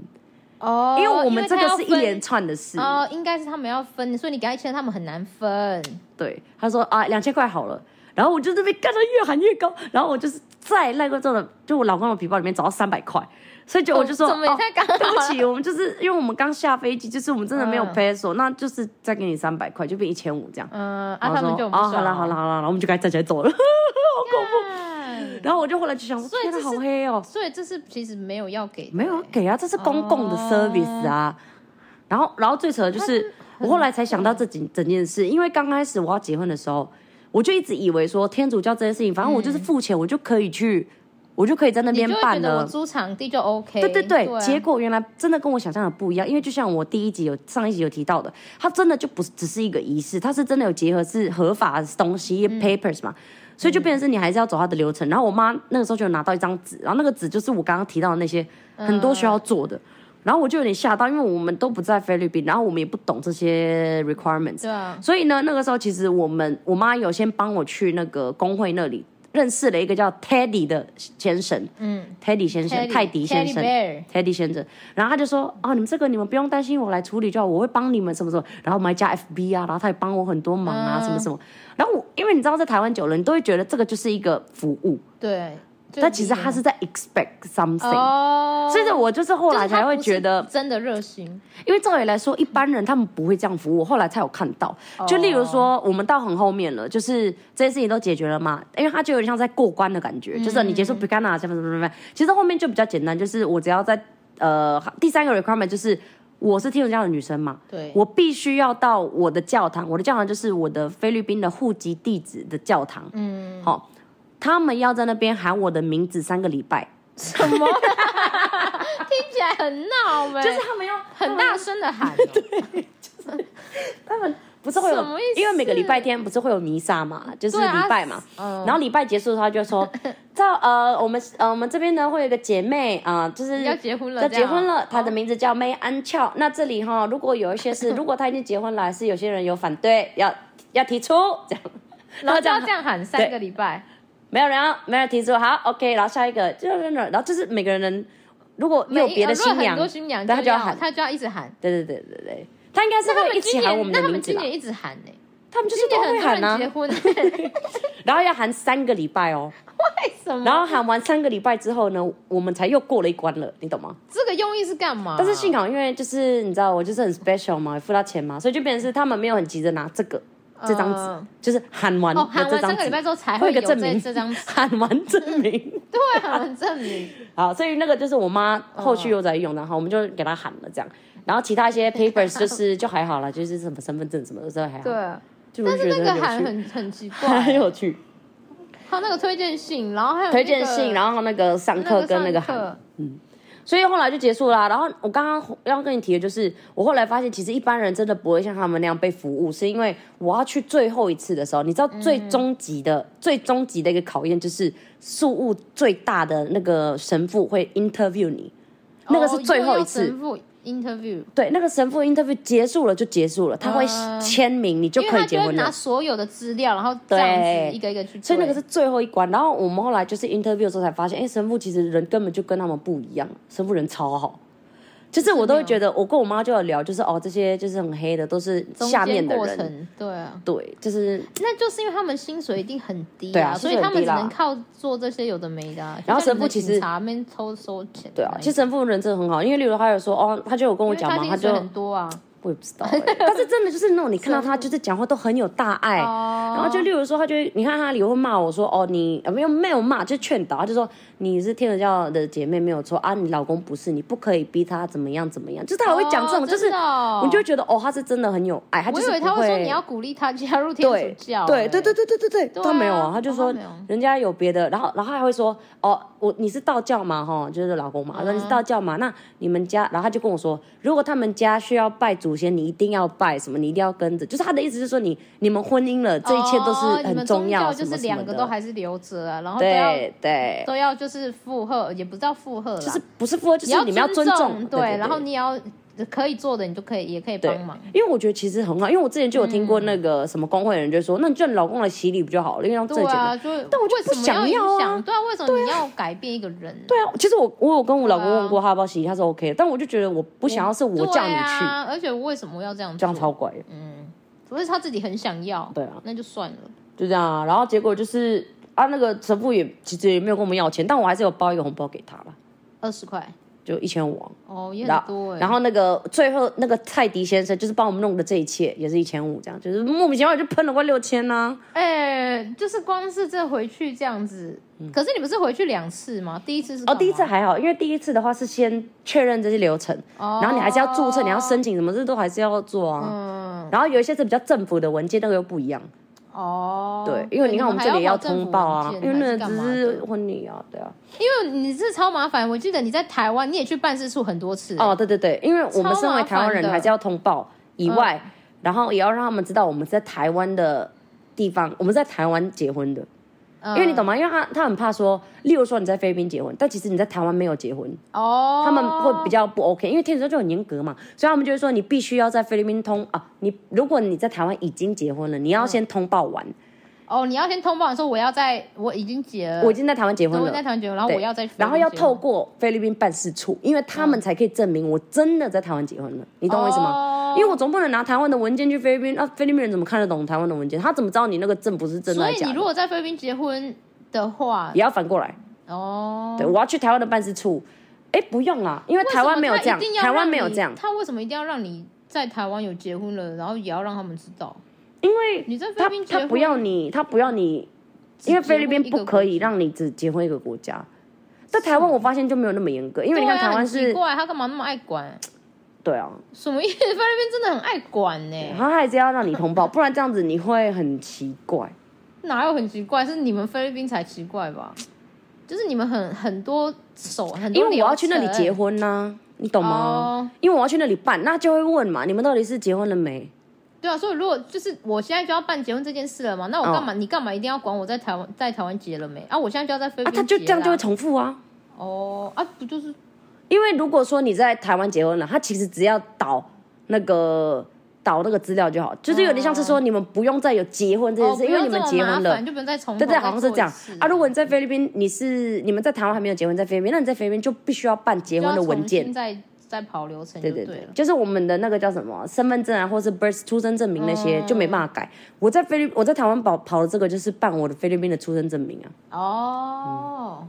Speaker 2: 哦，
Speaker 1: 因为我们这
Speaker 2: 他
Speaker 1: 个
Speaker 2: 要
Speaker 1: 是一
Speaker 2: 分
Speaker 1: 连串的事。
Speaker 2: 哦，应该是他们要分，所以你给他一千，他们很难分。
Speaker 1: 对，他说啊，两千块好了。然后我就这边看他越喊越高，然后我就是在赖光中的，就我老公的皮包里面找到三百块，所以就我就说，
Speaker 2: 哦怎么也太刚 好
Speaker 1: 对不
Speaker 2: 了
Speaker 1: 起，我们就是因为我们刚下飞机，就是我们真的没有 peso，、那就是再给你三百块，就变一千五这样。
Speaker 2: 嗯，啊，
Speaker 1: 然后
Speaker 2: 他
Speaker 1: 说
Speaker 2: 们就很不
Speaker 1: 啊，
Speaker 2: 爽
Speaker 1: 好啦好啦，好啦，然后我们就该站起来 走了。
Speaker 2: 恐
Speaker 1: 然后我就后来就想说，
Speaker 2: 所以
Speaker 1: 天哪，
Speaker 2: 这是
Speaker 1: 好黑哦，
Speaker 2: 所以这是其实没有要给的，
Speaker 1: 没有给啊，这是公共的
Speaker 2: 哦
Speaker 1: service 啊。然后，然后最扯的就是，我后来才想到这整整件事，因为刚开始我要结婚的时候，我就一直以为说天主教这件事情，反正我就是付钱，我就可以去，我就可以在那
Speaker 2: 嗯你
Speaker 1: 边
Speaker 2: 就会觉
Speaker 1: 办
Speaker 2: 得我
Speaker 1: 了。
Speaker 2: 租场地就 OK。
Speaker 1: 对对对，
Speaker 2: 啊
Speaker 1: 结果原来真的跟我想象的不一样，因为就像我第一集有上一集有提到的，它真的就不是只是一个仪式，它是真的有结合是合法的东西、papers
Speaker 2: 嗯
Speaker 1: 嘛，所以就变成是你还是要走它的流程。然后我妈那个时候就有拿到一张纸，然后那个纸就是我刚刚提到的那些很多需要做的。然后我就有点吓到，因为我们都不在菲律宾，然后我们也不懂这些 requirements，
Speaker 2: 对啊，
Speaker 1: 所以呢，那个时候其实我们我妈有先帮我去那个工会那里认识了一个叫 Teddy 的先生，
Speaker 2: 嗯，
Speaker 1: ，Teddy 先生，泰迪先生
Speaker 2: Teddy Bear
Speaker 1: ，Teddy 先生。然后他就说：“哦，你们这个你们不用担心，我来处理就好，我会帮你们什么什么。”然后我们还加 FB 啊，然后他也帮我很多忙啊，
Speaker 2: 嗯
Speaker 1: 什么什么。然后我因为你知道在台湾久了，你都会觉得这个就是一个服务，
Speaker 2: 对，就
Speaker 1: 但其实
Speaker 2: 理由
Speaker 1: 他是在 expect something。
Speaker 2: 哦，
Speaker 1: 所以呢，我就是后
Speaker 2: 就是
Speaker 1: 来
Speaker 2: 他
Speaker 1: 才会
Speaker 2: 不是
Speaker 1: 觉得，
Speaker 2: 真的热心，
Speaker 1: 因为照理来说，一般人他们不会这样服务。我后来才有看到，
Speaker 2: 哦
Speaker 1: 就例如说，我们到很后面了，就是这些事情都解决了嘛，因为它就有点像在过关的感觉，
Speaker 2: 嗯
Speaker 1: 就是你结束 b e g a n a 什么什么什么。其实后面就比较简单，就是我只要在呃第三个 requirement 就是我是天主教的女生嘛，
Speaker 2: 对，
Speaker 1: 我必须要到我的教堂，我的教堂就是我的菲律宾的户籍地址的教堂，嗯，好，他们要在那边喊我的名字三个礼拜，
Speaker 2: 什么？听起来很闹 呗，
Speaker 1: 就是他们要
Speaker 2: 很大声的喊哦、
Speaker 1: 他们不是会有
Speaker 2: 什么意，思
Speaker 1: 因为每个礼拜天不是会有弥撒嘛，就是
Speaker 2: 对啊
Speaker 1: 礼拜嘛。
Speaker 2: 嗯
Speaker 1: 然后礼拜结束的时候，他就说， 在呃，我们呃，我们这边呢会有一个姐妹啊、呃就是
Speaker 2: 要结婚了
Speaker 1: 要
Speaker 2: 这
Speaker 1: 结
Speaker 2: 样
Speaker 1: 婚了
Speaker 2: 哦，
Speaker 1: 她的名字叫梅安俏。那这里哈，如果有一些 是，如果她已经结婚了，还是有些人有反对，要要提出这样。
Speaker 2: 然后
Speaker 1: 这
Speaker 2: 就要
Speaker 1: 样
Speaker 2: 这样喊三个礼拜，
Speaker 1: 没有人要，没有人提出，好，OK，然后下一个就是那，然后就是每个人如果
Speaker 2: 没
Speaker 1: 有别的
Speaker 2: 如果
Speaker 1: 新娘
Speaker 2: 很多，新娘
Speaker 1: 对他
Speaker 2: 就
Speaker 1: 就要
Speaker 2: 要
Speaker 1: 喊
Speaker 2: 他就要一直喊。
Speaker 1: 对对对对对，他应该是
Speaker 2: 那他
Speaker 1: 会一
Speaker 2: 们
Speaker 1: 起
Speaker 2: 今
Speaker 1: 喊我
Speaker 2: 年，
Speaker 1: 们
Speaker 2: 那
Speaker 1: 的
Speaker 2: 他
Speaker 1: 名
Speaker 2: 们
Speaker 1: 字
Speaker 2: 今
Speaker 1: 吧？
Speaker 2: 年一直喊呢，
Speaker 1: 他们 就是
Speaker 2: 今
Speaker 1: 都
Speaker 2: 年
Speaker 1: 会
Speaker 2: 很
Speaker 1: 喊
Speaker 2: 多人
Speaker 1: 啊
Speaker 2: 结，婚，
Speaker 1: 然后要喊三个礼拜哦，
Speaker 2: 为什么？
Speaker 1: 然后喊完三个礼拜之后呢，我们才又过了一关了，你懂吗？
Speaker 2: 这个用意是干嘛？
Speaker 1: 但是幸好因为就是你知道我就是很 special 嘛，付到钱嘛，所以就变成是他们没有很急着拿这个这张纸
Speaker 2: 嗯，
Speaker 1: 就是喊完
Speaker 2: 哦，
Speaker 1: 的
Speaker 2: 喊
Speaker 1: 这
Speaker 2: 完
Speaker 1: 张
Speaker 2: 三个礼
Speaker 1: 纸
Speaker 2: 拜之后才
Speaker 1: 会有
Speaker 2: 会
Speaker 1: 一个
Speaker 2: 有
Speaker 1: 证
Speaker 2: 这
Speaker 1: 明
Speaker 2: 这张纸， 嗯
Speaker 1: 喊完证明。
Speaker 2: 对，喊完 证明。
Speaker 1: 好，所以那个就是我妈后续又在用，然后我们就给她喊了这样，然后其他一些 papers 就是就还好了，就是什么身份证什么的都还好，
Speaker 2: 对，
Speaker 1: 就
Speaker 2: 但
Speaker 1: 我觉
Speaker 2: 是那
Speaker 1: 得
Speaker 2: 个
Speaker 1: 很
Speaker 2: 喊
Speaker 1: 有趣，
Speaker 2: 很很奇 怪，
Speaker 1: 很有趣，
Speaker 2: 还有那个推荐信，然后还有
Speaker 1: 推荐信，
Speaker 2: 后
Speaker 1: 然后那个上课跟那个喊，所以后来就结束啦。然后我刚刚要跟你提的就是，我后来发现其实一般人真的不会像他们那样被服务，是因为我要去最后一次的时候，你知道最终极的、最终极的一个考验就是宿务最大的那个神父会 interview 你，
Speaker 2: 哦
Speaker 1: 那个是最后一次。
Speaker 2: interview，
Speaker 1: 对，那个神父 interview 结束了就结束了，他会
Speaker 2: 嗯
Speaker 1: 签名，你就
Speaker 2: 因为
Speaker 1: 可以
Speaker 2: 他
Speaker 1: 结
Speaker 2: 就会
Speaker 1: 婚
Speaker 2: 拿
Speaker 1: 了。
Speaker 2: 所有的资料，然后这样
Speaker 1: 对
Speaker 2: 子一个一个去对，
Speaker 1: 所以那个是最后一关。然后我们后来就是 interview 的时候才发现，哎，神父其实人根本就跟他们不一样，神父人超好。就是我都
Speaker 2: 哦
Speaker 1: 会觉得，我跟我妈就有聊，就是哦，这些就是很黑的，都是
Speaker 2: 中
Speaker 1: 下面
Speaker 2: 间
Speaker 1: 的
Speaker 2: 过
Speaker 1: 人，
Speaker 2: 程，对啊，
Speaker 1: 对，就是
Speaker 2: 那就是因为他们薪水一定很低
Speaker 1: 对啊
Speaker 2: 所
Speaker 1: 薪水很
Speaker 2: 以他们
Speaker 1: 低
Speaker 2: 只
Speaker 1: 啦
Speaker 2: 能靠做这些有的没的啊。
Speaker 1: 然后
Speaker 2: 就像
Speaker 1: 神
Speaker 2: 你
Speaker 1: 父
Speaker 2: 的
Speaker 1: 其
Speaker 2: 警
Speaker 1: 实
Speaker 2: 察那边偷收钱
Speaker 1: 对
Speaker 2: 那一种，
Speaker 1: 啊。其实神父人真的很好，因为例如他有说哦，他就有跟我
Speaker 2: 哎因为
Speaker 1: 讲
Speaker 2: 他
Speaker 1: 嘛，他
Speaker 2: 薪
Speaker 1: 就
Speaker 2: 水很多啊，
Speaker 1: 我也不知道、 欸，但是真的就是那种你看到他就是讲话都很有大爱，
Speaker 2: 哦
Speaker 1: 然后就例如说他就会你看他里会骂我说哦你呃没有没有骂就劝导，他就说你是天主教的姐妹没有错啊，你老公不是，你不可以逼他怎么样怎么样，就是他还会讲这种，
Speaker 2: 哦
Speaker 1: 就是
Speaker 2: 真的哦
Speaker 1: 我就会觉得哦他是真的很有爱，他就
Speaker 2: 我以
Speaker 1: 是不
Speaker 2: 为他会说你要鼓励他加入天
Speaker 1: 对
Speaker 2: 主教，
Speaker 1: 对
Speaker 2: 欸
Speaker 1: 对对对对对对，
Speaker 2: 对啊
Speaker 1: 他没有啊，他就
Speaker 2: 哦
Speaker 1: 说
Speaker 2: 他没有
Speaker 1: 人家有别的，然后然后还会说哦，我你是道教嘛哈，就是老公嘛，
Speaker 2: 嗯
Speaker 1: 我说你是道教嘛，那你们家，然后他就跟我说，如果他们家需要拜祖先，你一定要拜什么，你一定要跟着，就是他的意思是说你你们婚姻了，这一切都是
Speaker 2: 哦你
Speaker 1: 很
Speaker 2: 们
Speaker 1: 重要，
Speaker 2: 宗教就
Speaker 1: 什么
Speaker 2: 是
Speaker 1: 什么
Speaker 2: 两个都
Speaker 1: 的，
Speaker 2: 还是留着啊，然后都要
Speaker 1: 对对，
Speaker 2: 都要就是附和，也不叫附和啦，
Speaker 1: 就是不是说就
Speaker 2: 你
Speaker 1: 是你们要
Speaker 2: 尊
Speaker 1: 尊重，
Speaker 2: 对，然后
Speaker 1: 对
Speaker 2: 你也要可以做的，你就可以也可以
Speaker 1: 对
Speaker 2: 帮忙。，
Speaker 1: 因为我觉得其实很好，因为我之前就有听
Speaker 2: 嗯
Speaker 1: 过那个什么工会的人就说，那你叫你老公来洗礼不就好了，因为让正
Speaker 2: 对
Speaker 1: 经的
Speaker 2: 啊，就
Speaker 1: 但我就
Speaker 2: 为
Speaker 1: 不
Speaker 2: 什么
Speaker 1: 想要
Speaker 2: 要
Speaker 1: 啊
Speaker 2: 影响？对啊，为什么你要改变一个人？
Speaker 1: 对啊，其实我我有跟我老公问过他要不要洗，他说 OK，的但我就觉得我不想要是我叫你
Speaker 2: 啊嗯对
Speaker 1: 去，
Speaker 2: 啊，嗯而且为什么要这样
Speaker 1: 这样
Speaker 2: 做？
Speaker 1: 超怪的，
Speaker 2: 除非是他自己很想要，
Speaker 1: 对啊，
Speaker 2: 那就算了。
Speaker 1: 就这样啊。然后结果就是啊，那个神父也其实也没有跟我们要钱，但我还是有包一个红包给他了，
Speaker 2: 二十块
Speaker 1: 就一千五。
Speaker 2: 哦，也
Speaker 1: 然
Speaker 2: 很
Speaker 1: 后
Speaker 2: 多，哎。
Speaker 1: 然后那个最后那个泰迪先生就是帮我们弄的这一切，也是一千五，这样就是莫名其妙就喷了快六千啊呢。
Speaker 2: 哎，就是光是这回去这样子，可是你不是回去两次吗？第一次
Speaker 1: 嗯
Speaker 2: 是
Speaker 1: 哦，
Speaker 2: 干嘛
Speaker 1: 第一次，还好，因为第一次的话是先确认这些流程，然
Speaker 2: 然
Speaker 1: 后你还是要注册，你要申请什么，这都还是要做啊。
Speaker 2: 嗯
Speaker 1: 然后有一些是比较政府的文件，那个又不一样。
Speaker 2: 哦，
Speaker 1: 对，因为你看我们这里
Speaker 2: 还要
Speaker 1: 通报啊
Speaker 2: 跑，政府
Speaker 1: 因为
Speaker 2: 文件
Speaker 1: 那
Speaker 2: 还
Speaker 1: 只
Speaker 2: 是干嘛的
Speaker 1: 是婚礼啊，对啊。
Speaker 2: 因为你是超麻烦。我记得你在台湾，你也去办事处很多次。
Speaker 1: 哦，对对对，因为我们身为台湾
Speaker 2: 超麻烦
Speaker 1: 人，
Speaker 2: 的嗯
Speaker 1: 还是要通报以外，然后也要让他们知道我们是在台湾的地方，我们是在台湾结婚的。
Speaker 2: 嗯，
Speaker 1: 因为你懂吗？因为他他很怕说，例如说你在菲律宾结婚，但其实你在台湾没有结婚，
Speaker 2: 哦，
Speaker 1: 他们会比较不 OK，因为天主教就很严格嘛，所以他们就会说你必须要在菲律宾通啊，你如果你在台湾已经结婚了，你
Speaker 2: 嗯
Speaker 1: 要先通报完，
Speaker 2: 哦，你要先通报说我要在我已经结了，
Speaker 1: 我已经在台湾结
Speaker 2: 对
Speaker 1: 婚
Speaker 2: 我
Speaker 1: 了
Speaker 2: 已经，在台湾结了，嗯然后
Speaker 1: 对
Speaker 2: 哦我要在，
Speaker 1: 然后要透
Speaker 2: 过，
Speaker 1: 过菲律宾办事处，因为他们才可以证明我真的在台湾结婚了，你懂我意思吗？
Speaker 2: 哦
Speaker 1: 因为我总不能拿台湾的文件去菲律宾，那、菲律宾人怎么看得懂台湾的文件？他怎么知道你那个证不是真的
Speaker 2: 所
Speaker 1: 还是
Speaker 2: 以
Speaker 1: 假
Speaker 2: 你
Speaker 1: 的
Speaker 2: 如？果在菲律宾结婚的话，
Speaker 1: 也要反过来，
Speaker 2: 哦，
Speaker 1: 对我要去台湾的办事处，哎，不用啦，因为台湾没有这样
Speaker 2: 为什么他一定，要
Speaker 1: 台湾
Speaker 2: 让
Speaker 1: 没有这样
Speaker 2: 你，他为什么一定要让你在台湾有结婚了，然后也要让他们知道？
Speaker 1: 因为
Speaker 2: 你在菲律
Speaker 1: 他
Speaker 2: 宾结
Speaker 1: 他
Speaker 2: 婚
Speaker 1: 不要你，他不要你，因为菲律宾不可以让你只结婚一个国家。在台湾，我发现就没有那么严格，因为你看
Speaker 2: 对啊
Speaker 1: 台湾
Speaker 2: 很奇
Speaker 1: 是，
Speaker 2: 怪，他干嘛那么爱管？
Speaker 1: 对啊，
Speaker 2: 什么意思？ 菲律宾真的很爱管呢、
Speaker 1: 他还是要让你通报，不然这样子你会很奇怪。
Speaker 2: 哪有很奇怪？是你们菲律宾才奇怪吧？就是你们很很多手很
Speaker 1: 因
Speaker 2: 多流程，
Speaker 1: 为我要去那里结婚呐、你懂吗？
Speaker 2: 哦
Speaker 1: 因为我要去那里办，那就会问嘛，你们到底是结婚了没？
Speaker 2: 对啊，所以如果就是我现在就要办结婚这件事了嘛，那
Speaker 1: 哦
Speaker 2: 我干嘛？你干嘛一定要管我在台湾在台湾结了没？啊，我现在就要在菲律
Speaker 1: 啊，
Speaker 2: 宾
Speaker 1: 他就
Speaker 2: 结
Speaker 1: 这样
Speaker 2: 啦
Speaker 1: 就会重复啊。
Speaker 2: 哦啊，不就是
Speaker 1: 因为如果说你在台湾结婚了，他其实只要导那个导那个资料就好，就是有点像是说你们不用再有结婚这件
Speaker 2: 哦，
Speaker 1: 事，
Speaker 2: 不
Speaker 1: 因为
Speaker 2: 用
Speaker 1: 你
Speaker 2: 这
Speaker 1: 们
Speaker 2: 么
Speaker 1: 结
Speaker 2: 麻
Speaker 1: 婚了
Speaker 2: 烦，就不用再重
Speaker 1: 对对，
Speaker 2: 头
Speaker 1: 好像是
Speaker 2: 再做
Speaker 1: 这样
Speaker 2: 一次
Speaker 1: 啊。如果你在菲律宾，你是你们在台湾还没有结婚，在菲律宾，那你在菲律宾就必须要办结
Speaker 2: 就
Speaker 1: 婚
Speaker 2: 要
Speaker 1: 的
Speaker 2: 重
Speaker 1: 文件
Speaker 2: 新。再再跑流程就
Speaker 1: 对
Speaker 2: 对
Speaker 1: 对
Speaker 2: 了。
Speaker 1: 对，就是我们的那个叫什么身份证啊，或是 birth 出生证明那
Speaker 2: 哦
Speaker 1: 些、就没办法改。我在菲律我在台湾跑跑的这个就是办我的菲律宾的出生证明啊，
Speaker 2: 哦，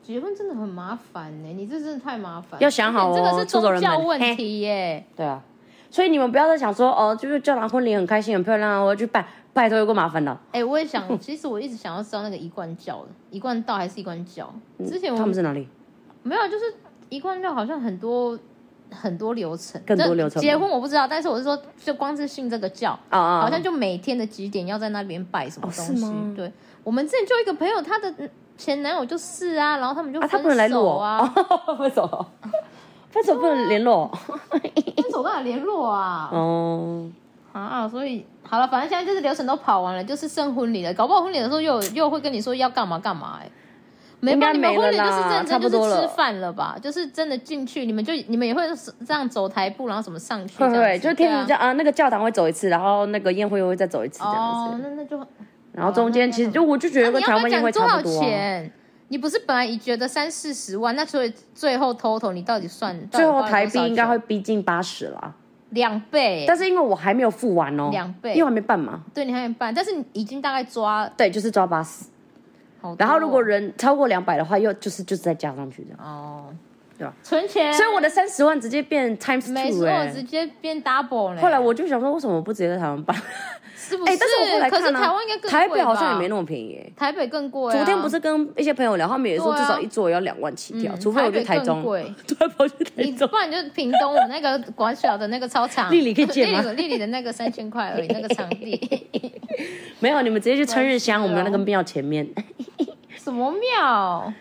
Speaker 2: 结婚真的很麻烦呢、你这真的太麻烦。
Speaker 1: 要想好哦
Speaker 2: 而哎且这个是
Speaker 1: 出走
Speaker 2: 宗
Speaker 1: 人
Speaker 2: 教
Speaker 1: 们
Speaker 2: 问
Speaker 1: 嘿
Speaker 2: 题耶、
Speaker 1: 对啊，所以你们不要再想说哦，就是教堂婚礼很开心很漂亮啊，我要去办，拜托有够麻烦的。
Speaker 2: 哎、我也想，其实我一直想要知道那个一贯教的，一贯道还是一贯教？之前
Speaker 1: 嗯他
Speaker 2: 哎我
Speaker 1: 们是哪里？
Speaker 2: 没有，就是一贯教好像很多很多流程，
Speaker 1: 更多
Speaker 2: 这
Speaker 1: 流程吗
Speaker 2: 结婚我不知道，但是我是说，就光是信这个教，
Speaker 1: 啊啊，
Speaker 2: 好像就每天的几点要在那边拜什么
Speaker 1: 哦
Speaker 2: 东
Speaker 1: 是
Speaker 2: 西。
Speaker 1: 吗
Speaker 2: 对，我们之前就一个朋友，她的前男友就是啊，然后他们就
Speaker 1: 啊，
Speaker 2: 分
Speaker 1: 他
Speaker 2: 手
Speaker 1: 不能来录
Speaker 2: 啊，
Speaker 1: 哦，分手了，分手不能联络
Speaker 2: 分手干嘛联络啊？
Speaker 1: 哦。
Speaker 2: 啊，所以好了，反正现在就是流程都跑完了，就是剩婚礼了。搞不好婚礼的时候又有又会跟你说要干嘛干嘛、欸，哎，没
Speaker 1: 应
Speaker 2: 吧？
Speaker 1: 该
Speaker 2: 你们
Speaker 1: 没了
Speaker 2: 婚礼就
Speaker 1: 啦
Speaker 2: 是认
Speaker 1: 差
Speaker 2: 真
Speaker 1: 不
Speaker 2: 就
Speaker 1: 多
Speaker 2: 是
Speaker 1: 了
Speaker 2: 吃饭了吧？就是真的进去，你们就你们也会这样走台步，然后怎么上去这
Speaker 1: 会
Speaker 2: 样子？
Speaker 1: 会，就是天主
Speaker 2: 对
Speaker 1: 教
Speaker 2: 啊。
Speaker 1: 啊，那个教堂会走一次，然后那个宴会又会再走一次这样
Speaker 2: 哦，
Speaker 1: 子。
Speaker 2: 那那就哦
Speaker 1: 然后中间其实就我就觉
Speaker 2: 那
Speaker 1: 得
Speaker 2: 啊
Speaker 1: 跟台
Speaker 2: 你要不
Speaker 1: 湾
Speaker 2: 要
Speaker 1: 宴
Speaker 2: 讲
Speaker 1: 会
Speaker 2: 多
Speaker 1: 差
Speaker 2: 少
Speaker 1: 不多啊。
Speaker 2: 钱？你不是本来觉得三四十万，那所以最后 total 你到底算？
Speaker 1: 最
Speaker 2: 到底
Speaker 1: 后
Speaker 2: 花了
Speaker 1: 台币
Speaker 2: 多少
Speaker 1: 应该
Speaker 2: 钱
Speaker 1: 会逼近八十啦，
Speaker 2: 两倍，
Speaker 1: 但是因为我还没有付完哦，
Speaker 2: 两倍
Speaker 1: 因为我还没办嘛，
Speaker 2: 对你还没办，但是你已经大概抓
Speaker 1: 对，就是抓八十。
Speaker 2: 好多哦。
Speaker 1: 然后如果人超过两百的话，又就是就是再加上去这样，
Speaker 2: 哦，
Speaker 1: 对吧？
Speaker 2: 存钱，
Speaker 1: 所以我的三十万直接变 times
Speaker 2: 哦没
Speaker 1: two
Speaker 2: 错，
Speaker 1: 哎、
Speaker 2: 直接变 double 嘞。
Speaker 1: 后来我就想说，为什么不直接在台湾办？
Speaker 2: 是不
Speaker 1: 哎、但是我后来
Speaker 2: 可
Speaker 1: 看
Speaker 2: 是
Speaker 1: 啊，
Speaker 2: 台湾应该更贵吧
Speaker 1: 台北好像也没那么便宜、哎
Speaker 2: 台北更贵啊。
Speaker 1: 昨天不是跟一些朋友聊，他们也说
Speaker 2: 对啊
Speaker 1: 至少一桌也要两万起跳，
Speaker 2: 嗯
Speaker 1: 除非我去台中
Speaker 2: 台北更，贵
Speaker 1: 对，跑去台
Speaker 2: 你
Speaker 1: 中。
Speaker 2: 不然就是屏东我们那个管小的那个操场，
Speaker 1: 丽丽可以借吗
Speaker 2: 丽丽丽丽的那个三千块而已，那个场地
Speaker 1: 没有，你们直接去春日
Speaker 2: 是
Speaker 1: 香，
Speaker 2: 哦
Speaker 1: 我们的那个庙前面，
Speaker 2: 什么庙？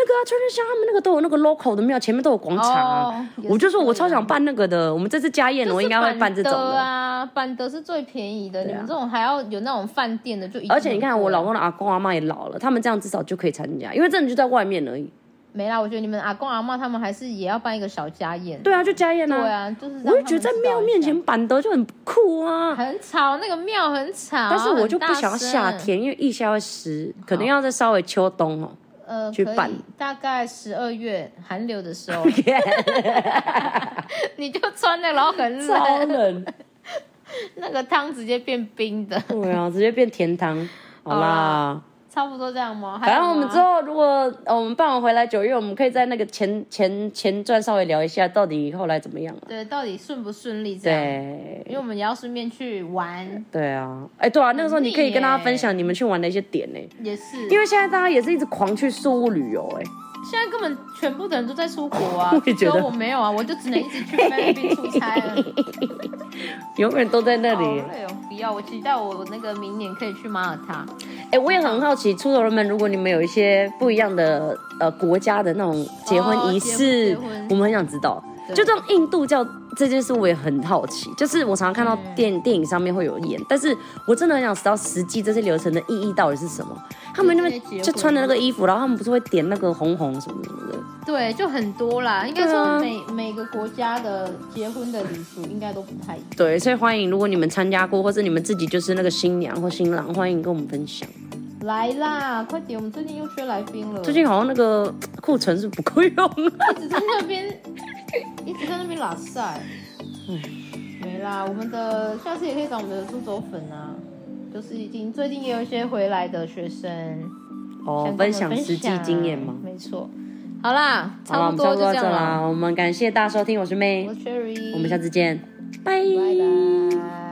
Speaker 1: 那个啊，春日香他们那个都有那个 local 的庙，前面都有广场啊
Speaker 2: 哦。
Speaker 1: 我就说我超
Speaker 2: 也是可以啊
Speaker 1: 想办那个的，我们这次家宴哦我应该会办这种
Speaker 2: 就是板德
Speaker 1: 的。
Speaker 2: 啊，板德是最便宜的，你
Speaker 1: 啊
Speaker 2: 们这种还要有那种饭店的就一定很贵。
Speaker 1: 而且你看，我老公的阿公阿妈也老了，他们这样至少就可以参加，因为真的就在外面而已。
Speaker 2: 没啦，我觉得你们阿公阿妈他们还是也要办一个小家宴。
Speaker 1: 对啊，就家宴
Speaker 2: 对
Speaker 1: 啊。
Speaker 2: 啊，就是让
Speaker 1: 我就
Speaker 2: 他们
Speaker 1: 觉得在
Speaker 2: 知道
Speaker 1: 庙
Speaker 2: 一
Speaker 1: 面
Speaker 2: 下
Speaker 1: 前板德就很酷啊。
Speaker 2: 很吵，那个庙很吵，
Speaker 1: 但是我就
Speaker 2: 很
Speaker 1: 不
Speaker 2: 大哦
Speaker 1: 想要夏
Speaker 2: 声。
Speaker 1: 天，因为腋下会湿，可能要再稍微秋冬 哦。
Speaker 2: 呃，
Speaker 1: 去
Speaker 2: 可以
Speaker 1: 办
Speaker 2: 大概十二月寒流的 时候， 你就穿那个，然后很
Speaker 1: 超
Speaker 2: 冷，
Speaker 1: 冷，
Speaker 2: 那个汤直接变冰的，
Speaker 1: 对啊，直接变甜汤。好
Speaker 2: 哦
Speaker 1: 啦，
Speaker 2: 差不多这样吗？还有
Speaker 1: 反正我们
Speaker 2: 吗
Speaker 1: 之后如果呃我们办完回来九月，我们可以在那个前前前传稍微聊一下，到底后来怎么样了。
Speaker 2: 对到底顺不顺利这样？
Speaker 1: 对，
Speaker 2: 因为我们也要顺便去玩，
Speaker 1: 对啊，哎，对啊，那个时候你可以跟大家分享你们去玩的一些点呢，
Speaker 2: 也是，
Speaker 1: 因为现在大家也是一直狂去宿务旅游，哎，
Speaker 2: 现在根本全部的人都在出国啊
Speaker 1: ，我也
Speaker 2: 只
Speaker 1: 觉
Speaker 2: 有
Speaker 1: 得
Speaker 2: 我没有啊，我就只能一直去菲律宾出 差了，
Speaker 1: 永远都在那
Speaker 2: 好
Speaker 1: 里。
Speaker 2: 累哦，不要，我期待我那个明年可以去马耳他。
Speaker 1: 哎，我也很好奇，出头人们，如果你们有一些不一样的呃国家的那种结婚仪式，
Speaker 2: 哦结婚结婚
Speaker 1: 我们很想知道。
Speaker 2: 对
Speaker 1: 就这种印度教这件事，我也很好奇。就是我常常看到电、
Speaker 2: 嗯
Speaker 1: 电影上面会有演，但是我真的很想知道实际这些流程的意义到底是什么。他们那
Speaker 2: 就直接结
Speaker 1: 边
Speaker 2: 婚
Speaker 1: 就穿的那个衣服，然后他们不是会点那个红红什么什么的，
Speaker 2: 对，就很多啦。应该
Speaker 1: 对
Speaker 2: 说
Speaker 1: 啊
Speaker 2: 每、每个国家的结婚的礼俗应该都不太一样。
Speaker 1: 对，所以欢迎，如果你们参加过，或是你们自己就是那个新娘或新郎，欢迎跟我们分享。
Speaker 2: 嗯来啦，快点！我们最近又缺来宾了，
Speaker 1: 最近好像那个库存是不够 用的。
Speaker 2: 一直在那 边，一直在那边拉塞。没啦，我们的下次也可以找我们的猪肘粉啊，就是已经最近也有一些回来的学生，
Speaker 1: 哦分
Speaker 2: 想，跟我们
Speaker 1: 享实际
Speaker 2: 享
Speaker 1: 经验吗？
Speaker 2: 没错。好啦，
Speaker 1: 好了，
Speaker 2: 差
Speaker 1: 我们
Speaker 2: 不多
Speaker 1: 差不
Speaker 2: 就
Speaker 1: 多到
Speaker 2: 这样
Speaker 1: 这
Speaker 2: 啦。
Speaker 1: 啦。我们感谢大家收听，我是妹
Speaker 2: 我，是 Cherry，
Speaker 1: 我们下次见，
Speaker 2: 拜拜。